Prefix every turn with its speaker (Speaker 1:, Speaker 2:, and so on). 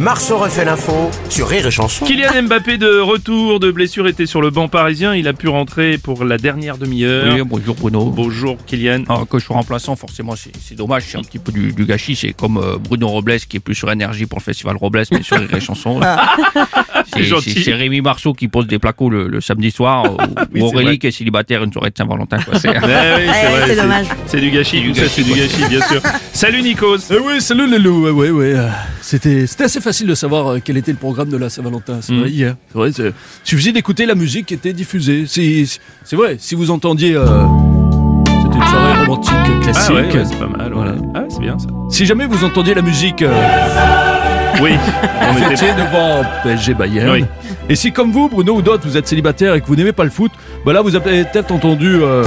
Speaker 1: Marceau refait l'info sur Rire et Chanson.
Speaker 2: Kylian Mbappé de retour de blessure était sur le banc parisien. Il a pu rentrer pour la dernière demi-heure.
Speaker 3: Oui, bonjour Bruno.
Speaker 2: Bonjour Kylian.
Speaker 3: Ah, que je sois remplaçant, forcément, c'est c'est dommage, c'est un petit peu du, du gâchis. C'est comme euh, Bruno Robles qui est plus sur énergie pour le festival Robles, mais sur les chansons.
Speaker 2: C'est
Speaker 3: C'est
Speaker 2: gentil.
Speaker 3: c'est- c'est Rémi Marceau qui pose des placos le, le samedi soir, ou
Speaker 2: c'est vrai.
Speaker 3: Aurélie qui est célibataire une soirée de Saint-Valentin. quoi. C'est-
Speaker 2: Ouais, Eh oui,
Speaker 4: Ouais,
Speaker 2: vrai,
Speaker 4: Eh, c'est dommage.
Speaker 2: C'est du gâchis, tout ça c'est du gâchis, bien sûr. Salut Nikos.
Speaker 5: Eh oui, salut les loups. Ouais, ouais, ouais. euh, C'était, c'était assez facile de savoir euh, quel était le programme de la Saint-Valentin.
Speaker 2: Mm.
Speaker 5: C'est vrai, hier. C'est vrai, c'est- il suffisait d'écouter la musique qui était diffusée. Si, si- c'est vrai, si vous entendiez. euh, c'était une soirée romantique classique.
Speaker 2: Ah ouais, ouais, c'est pas mal, voilà. Ah ouais, c'est bien ça.
Speaker 5: Si jamais vous entendiez la musique, euh,
Speaker 2: Oui, on
Speaker 5: vous
Speaker 2: était
Speaker 5: étiez devant PSG Bayern.
Speaker 2: Oui.
Speaker 5: Et si, comme vous, Bruno ou d'autres, vous êtes célibataire et que vous n'aimez pas le foot, bah là, vous avez peut-être entendu. euh,